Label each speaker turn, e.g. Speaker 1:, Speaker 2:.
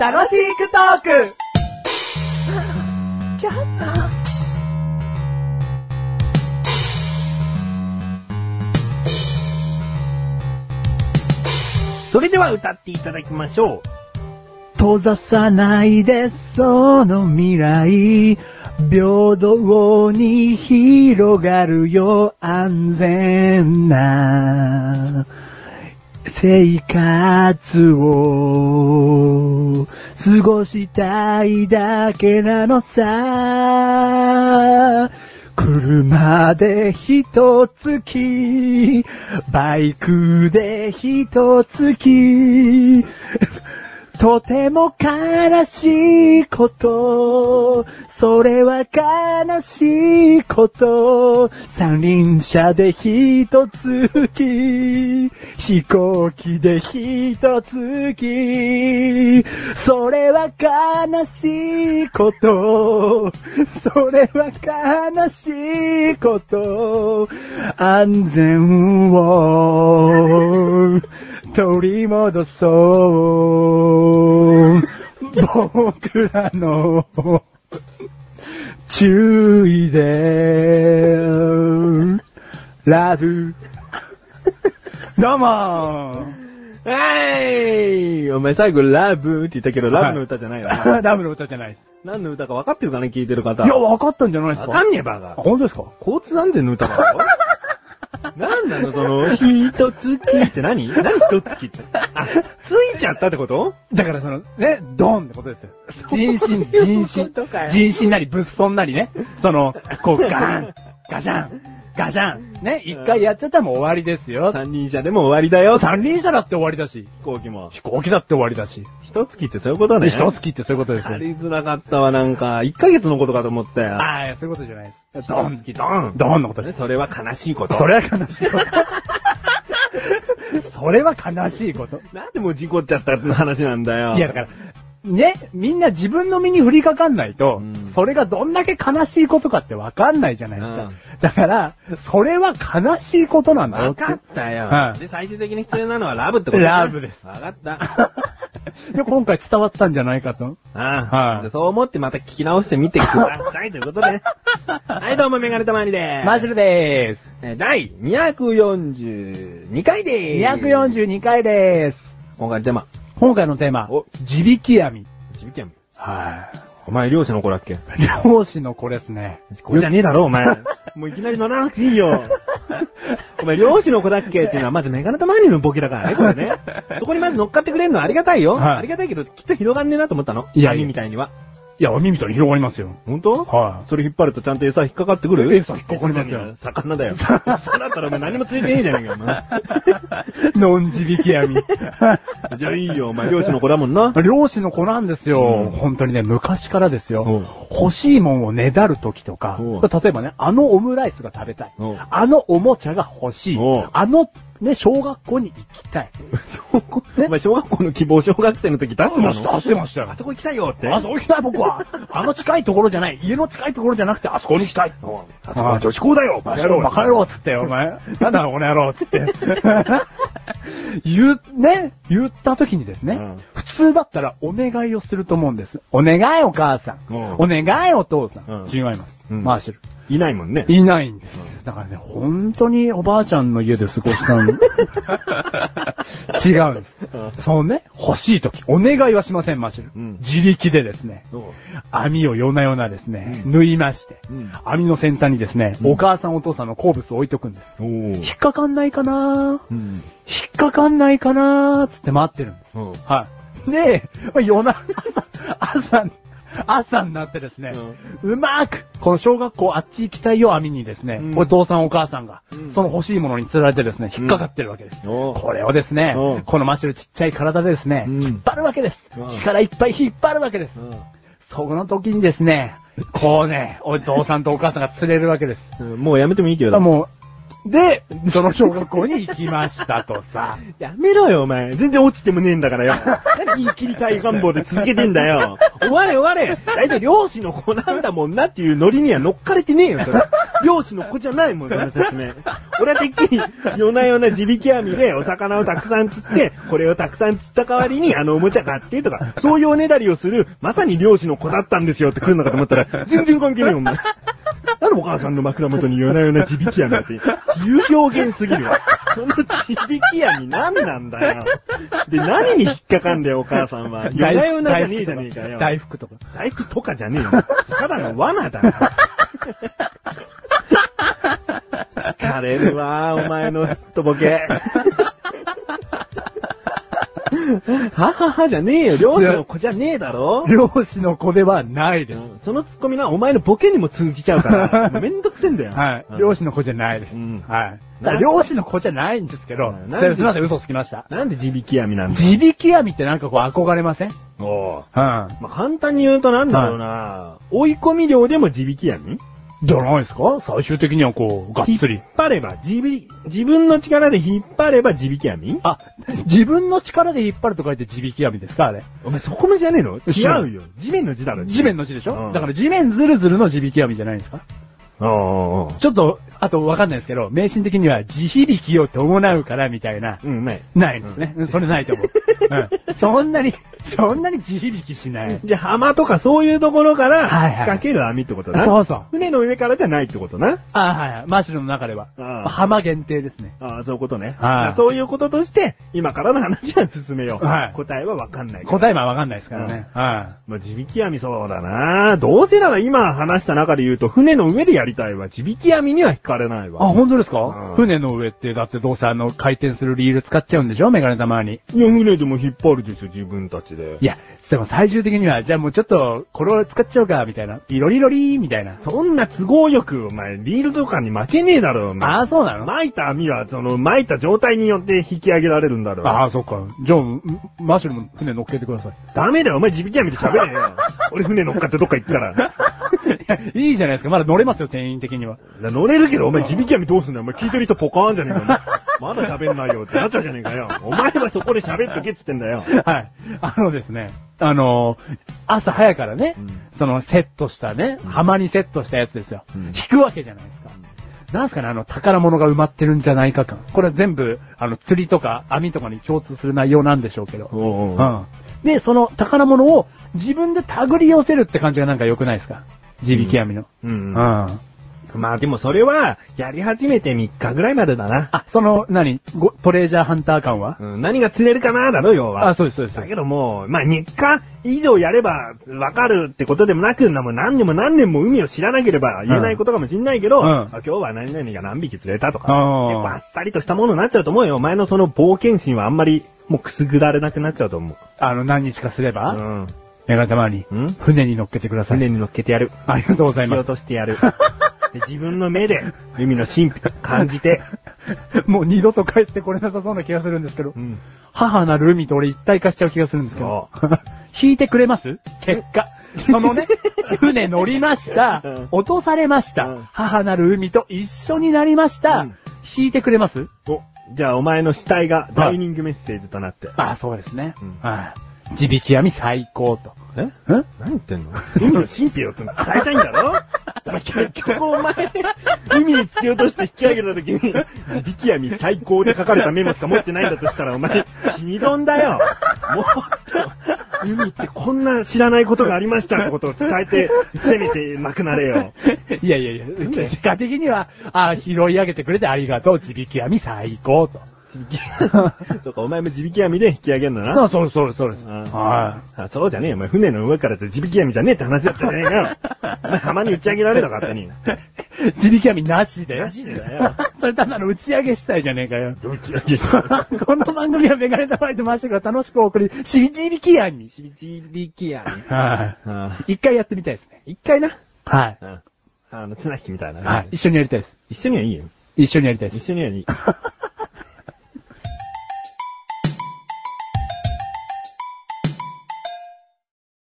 Speaker 1: 楽しくトーク
Speaker 2: それでは歌っていただきましょう。
Speaker 3: 閉ざさないでその未来平等に広がるよ安全な生活を過ごしたいだけなのさ車で一月バイクで一月とても悲しいこと。それは悲しいこと。三輪車で一月。飛行機で一月。それは悲しいこと。それは悲しいこと。安全を。取り戻そう。僕らの注意で、ラブ。どうも
Speaker 2: はいお前最後ラブって言ったけど、
Speaker 3: はい
Speaker 2: ラブの歌じゃないよな。
Speaker 3: ーラブの歌じゃないです。
Speaker 2: 何の歌か分かってるかね、聞いてる方。
Speaker 3: いや、わかったんじゃないです
Speaker 2: 分
Speaker 3: か
Speaker 2: かんねえ、バカ
Speaker 3: あ。本当ですか
Speaker 2: 交通安全の歌だろなんなのその、ひとつきって何何ひとつきって。あ、ついちゃったってこと
Speaker 3: だからその、ね、ドンってことですよ。人身、人
Speaker 2: そういうことかよ
Speaker 3: 身、人身なり物損なりね。その、こう、ガーン、ガシャン、ガシャン。ね、一回やっちゃったらもう終わりですよ。
Speaker 2: 三人車でも終わりだよ、飛
Speaker 3: 三輪車だって終わりだし、
Speaker 2: 行機も。
Speaker 3: 飛行機だって終わりだし、
Speaker 2: ひとつきってそういうことね。
Speaker 3: 一月ってそういうことです
Speaker 2: や
Speaker 3: よ。
Speaker 2: りづらかったわ、なんか。1ヶ月のことかと思ったよ。
Speaker 3: ああ、そういうことじゃないです。
Speaker 2: ドン、ドン。
Speaker 3: ドンのこと
Speaker 2: ね
Speaker 3: です。
Speaker 2: それは悲しいこと。
Speaker 3: それは悲しいこと。 それは悲しいこと。
Speaker 2: なんでもう事故っちゃったの話なんだよ。
Speaker 3: いや、だから、ね、みんな自分の身に降りかかんないと、
Speaker 2: うん
Speaker 3: それがどんだけ悲しいことかってわかんないじゃないですか。
Speaker 2: うん
Speaker 3: だから、それは悲しいことなんだよ
Speaker 2: 分かったよ。
Speaker 3: はい
Speaker 2: で、最終的に必要なのはラブってことね
Speaker 3: ラブです
Speaker 2: 分か った。
Speaker 3: で今回伝わったんじゃないかと。
Speaker 2: ああ、
Speaker 3: はい
Speaker 2: そう思ってまた聞き直してみてくだ さいということで。はい、どうもメガネたまりで
Speaker 3: マジルでーす。
Speaker 2: えー第242回でーす。。
Speaker 3: 242回でーす。
Speaker 2: 今回のテーマ。
Speaker 3: 今回のテーマ
Speaker 2: お、
Speaker 3: 地引き網。
Speaker 2: 事件。
Speaker 3: は
Speaker 2: お前、漁師の子だっけ
Speaker 3: い。漁師の子ですね。
Speaker 2: これじゃねえだろ、お 前。もういきなり乗らなくていいよ。 お前、漁師の子だっけっていうのは、まずメガネたまりのボケだからね、こ れね。そこにまず乗っかってくれるのはありがたいよ。
Speaker 3: はい
Speaker 2: ありがたいけど、きっと広がんねえなと思ったの。
Speaker 3: いやいや
Speaker 2: 網みたいには。
Speaker 3: いや、網みたいに広がりますよ。
Speaker 2: 本当
Speaker 3: は
Speaker 2: それ引っ張るとちゃんと餌引っかかってくる
Speaker 3: 餌引っかかりますよ
Speaker 2: 魚だよ。魚だったらお前何もついてねえじゃねえか、お前。
Speaker 3: い。のん地引き網。
Speaker 2: じゃあいいよ、お前。漁師の子だもんな。
Speaker 3: 漁師の子なんですよ。
Speaker 2: うん
Speaker 3: 本当にね、昔からです
Speaker 2: お
Speaker 3: よ
Speaker 2: う。
Speaker 3: 欲しいもんをねだるときとか、
Speaker 2: おう
Speaker 3: 例えばね、あのオムライスが食べたい
Speaker 2: おう。
Speaker 3: あのおもちゃが欲しい
Speaker 2: おう。
Speaker 3: あの、ね、小学校に行きたい。
Speaker 2: そこ、お前、小学校の希望、小学生の時出すなの
Speaker 3: 出してましたよ
Speaker 2: あ。そこ行きたいよって。
Speaker 3: あそこ行きたい僕は。あの近いところじゃない。家の近いところじゃなくて、あそこに行きたい。
Speaker 2: あそこは女子校だよ、
Speaker 3: バ
Speaker 2: バ
Speaker 3: カ野
Speaker 2: カ野
Speaker 3: 郎、
Speaker 2: 郎。
Speaker 3: バカ野郎っつって、お前。なんだこの野郎っつって。 言う、ね、言った時にですね、
Speaker 2: うん
Speaker 3: 普通だったらお願いをすると思うんです。お願いお母さん。
Speaker 2: うん
Speaker 3: お願いお父さ
Speaker 2: うん
Speaker 3: ん。違います。
Speaker 2: うん
Speaker 3: マーシャル。
Speaker 2: いないもんね。
Speaker 3: いないんです。だからね、本当におばあちゃんの家で過ごした の。違うんです。そのね、欲しい時、お願いはしません、マーシャル。
Speaker 2: うん
Speaker 3: 自力でですね、
Speaker 2: そう
Speaker 3: 網を夜な夜なですね、
Speaker 2: うん
Speaker 3: 縫いまして、
Speaker 2: うん
Speaker 3: 網の先端にですね、
Speaker 2: うん
Speaker 3: お母さんお父さんの好物を置いとくんです。
Speaker 2: お
Speaker 3: 引
Speaker 2: ー
Speaker 3: っかかんないかな
Speaker 2: う
Speaker 3: ー
Speaker 2: ん。
Speaker 3: 引っかかんないかなーつって待ってるんです。
Speaker 2: うん
Speaker 3: はい。で、夜な、朝、朝、朝になってですね、うまーく、この小学校あっち行きたいよ網にですね、
Speaker 2: うん
Speaker 3: お父さんお母さんが、
Speaker 2: うん
Speaker 3: その欲しいものに釣られてですね、引っかかってるわけです。
Speaker 2: おー
Speaker 3: これをですね
Speaker 2: うん、
Speaker 3: このマシュルちっちゃい体でですね、
Speaker 2: うん
Speaker 3: 引っ張るわけです
Speaker 2: うん。
Speaker 3: 力いっぱい引っ張るわけです。その時に ですね、こうね、お父さんとお母さんが釣れるわけです。
Speaker 2: うんもうやめてもいいけど。
Speaker 3: もう、で、その小学校に行きましたとさ。
Speaker 2: やめろよ、お前。全然落ちてもねえんだからよ。何言い切りたい願望で続けてんだよ。終われ終われ。大体漁師の子なんだもんなっていうノリには乗っかれてねえよ、それ。漁師の子じゃないもん、その説明。俺はてっきり、夜な夜な地引き網でお魚をたくさん釣って、これをたくさん釣った代わりにあのおもちゃ買ってとか、そういうおねだりをする、まさに漁師の子だったんですよって来るのかと思ったら、全然関係ねえよ、お前。なんでお母さんの枕元に夜な夜な地引き網って、言う表現すぎるわ。その地引き網何なんだよ。で、何に引っかかんだよ、お母さんは。夜 な夜なじゃねえじゃねえかよ。
Speaker 3: 大福とか。
Speaker 2: 大福とかじゃねえよ。ただの罠だよ。疲れるわ、お前のすっとぼけ。はははじゃねえよ。漁師の子じゃねえだろ。
Speaker 3: 漁師の子ではないです。
Speaker 2: そのツッコミな、お前のボケにも通じちゃ うから、もうめんどくせえんだよ。
Speaker 3: はい。
Speaker 2: うん
Speaker 3: 漁師の子じゃないです。
Speaker 2: うん
Speaker 3: はい。だから漁師の子じゃないんですけど
Speaker 2: うん、
Speaker 3: すいません、嘘つきました。
Speaker 2: なんで地引き網なんだ
Speaker 3: 地引き網ってなんかこう憧れません
Speaker 2: お
Speaker 3: う
Speaker 2: う
Speaker 3: ん。
Speaker 2: まあ、簡単に言うとなんだろうな、追い込み量でも地引き網
Speaker 3: じゃないですか最終的にはこう、がっつり
Speaker 2: 引っ。張れば、自分、自分の力で引っ張れば地引き網
Speaker 3: あ、自分の力で引っ張ると書いて地引き網ですかあれ。
Speaker 2: お前そこのじゃねえの
Speaker 3: 知らん
Speaker 2: 違うよ。地面の字だろ。
Speaker 3: 地面の字でしょ、
Speaker 2: うん
Speaker 3: だから地面ずるずるの地引き網じゃないですか
Speaker 2: おうおうおう
Speaker 3: ちょっと、あとわかんないですけど、迷信的には地響きを伴うからみたいな。
Speaker 2: うん、ない。
Speaker 3: ないですね。うんそれないと思う。うん。そんなに、そんなに地響きしない。
Speaker 2: じゃあ、浜とかそういうところから、
Speaker 3: はいはい
Speaker 2: 仕掛ける網ってことな。
Speaker 3: そうそう。
Speaker 2: 船の上からじゃないってことな。
Speaker 3: あはいはい。マシュルの中では。
Speaker 2: ああ
Speaker 3: 浜限定ですね。
Speaker 2: ああ、そういうことね。
Speaker 3: はい
Speaker 2: ああそういうこととして、今からの話は進めよう。
Speaker 3: はい
Speaker 2: 答えはわかんない。
Speaker 3: 答えはわかんないですからね。は
Speaker 2: まあ、地引き網そうだなどうせなら今話した中で言うと、船の上でやりたいわ。地引き網には惹かれない
Speaker 3: い。あ、
Speaker 2: わ。
Speaker 3: 本当です
Speaker 2: うん
Speaker 3: か船の上って、だってどうせあの、回転するリール使っちゃうんでしょメガネ玉に。
Speaker 2: いや、船でも引っ張るでしょ、自分たちで
Speaker 3: い。や、でも最終的には、じゃあもうちょっと、これを使っちゃおうか、みたいな。いろりろりー、みたいな。
Speaker 2: そんな都合よく、お前、リールとかに負けねえだろ、お前。
Speaker 3: ああ、そうなの
Speaker 2: 巻いた網は、その、巻いた状態によって引き上げられるんだろ。
Speaker 3: ああ、そっか。じゃあ、んマッシュルも船乗っけてくだ さい。
Speaker 2: ダメだよ、お前地引き網で喋 れよ。俺船乗っかってどっか行くから。
Speaker 3: いやいいじゃないですか。まだ乗れますよ、店員的には。
Speaker 2: 乗れるけど、お前地引き網どうすんだよ。お前聞いてる人ポカーンじゃねえかよ。まだ喋んないよってなっちゃうじゃねえかよ。お前はそこで喋っとけっつってんだよ。
Speaker 3: はい。あのですね、あのー朝早からね、
Speaker 2: うん
Speaker 3: そのセットしたね、
Speaker 2: うん
Speaker 3: 浜にセットしたやつですよ。
Speaker 2: うん
Speaker 3: 引くわけじゃないですか。なんすかね、あの、宝物が埋まってるんじゃないか感。これは全部、あの、釣りとか網とかに共通する内容なんでしょうけど。
Speaker 2: おうおう
Speaker 3: うん。で、その宝物を自分で手繰り寄せるって感じがなんか良くないですか地引き網の。
Speaker 2: う
Speaker 3: うんん。
Speaker 2: うん。
Speaker 3: あ、
Speaker 2: まあでもそれは、やり始めて3日ぐらいまでだな。
Speaker 3: その、何ごトレージャーハンター感は、
Speaker 2: うん、何が釣れるかなだろ、要は。
Speaker 3: あ、そうです、そうです。そう
Speaker 2: だ
Speaker 3: で
Speaker 2: け
Speaker 3: す
Speaker 2: どもう、まあ3日以上やればわかるってことでもなく、なもう何年も何年も海を知らなければ言えないことかもしんないけど、
Speaker 3: うん
Speaker 2: あ今日は何々が何匹釣れたとか、
Speaker 3: あー
Speaker 2: 結構あっさりとしたものになっちゃうと思うよ。お前のその冒険心はあんまり、もうくすぐられなくなっちゃうと思う。
Speaker 3: あの、何日かすれ
Speaker 2: う
Speaker 3: ば、
Speaker 2: ん。
Speaker 3: メガネ玉に
Speaker 2: うん、
Speaker 3: 船に乗っけてください。
Speaker 2: 船に乗っけてやる。
Speaker 3: ありがとうござい
Speaker 2: 引き
Speaker 3: ま
Speaker 2: 落
Speaker 3: す。
Speaker 2: として やる。で自分の目で海の神秘感じて、
Speaker 3: もう二度と帰ってこれなさそうな気がするんですけど
Speaker 2: う、ん。
Speaker 3: 母なる海と俺一体化しちゃう気がするんですけど、 引いてくれます結果。そのね、船乗りました
Speaker 2: うん、
Speaker 3: 落とされまし
Speaker 2: うん
Speaker 3: た、母なる海と一緒になりまし
Speaker 2: う
Speaker 3: た
Speaker 2: ん、
Speaker 3: 引いてくれます
Speaker 2: お、じゃあお前の死体がダイニングメッセージとなって。
Speaker 3: ああ、そうですね
Speaker 2: うん。
Speaker 3: はい地引き網最高と。
Speaker 2: え
Speaker 3: ん
Speaker 2: 何言ってんの海の神秘を伝えたいんだろお前結局お 前、海に突き落として引き上げた時に、地引き網最高って書かれたメモしか持ってないんだとしたらお前、死に損だよもっと、海ってこんな知らないことがありましたってことを伝えて、せめてなくなれよ。
Speaker 3: いやいやいや、結果的には、ああ、拾い上げてくれてありがとう、地引き網最高と。
Speaker 2: そうか、お前も地引き網で引き上げんだな。
Speaker 3: あそうです、そうです、そうです。
Speaker 2: うん
Speaker 3: はい。
Speaker 2: あそうじゃねえよ。お前船の上からって地引き網じゃねえって話だったじゃねえかよ。お前浜に打ち上げられたかったに。
Speaker 3: 地引き網なしで
Speaker 2: マジでだよ。
Speaker 3: それただの打ち上げしたいじゃねえかよ。
Speaker 2: 打ち上げした。
Speaker 3: この番組はメガネタマイとマッシュルが楽しくお送り、しびじびきやに。
Speaker 2: 地引き網。
Speaker 3: は
Speaker 2: ああ
Speaker 3: い。一回やってみたいですね。
Speaker 2: 一回な。
Speaker 3: はい。
Speaker 2: うん。あの、綱引きみたいな。
Speaker 3: はい。一緒にやりたいです。
Speaker 2: 一緒にはいいよ。
Speaker 3: 一緒にやりたいで
Speaker 2: 一
Speaker 3: す。
Speaker 2: 緒にはいい。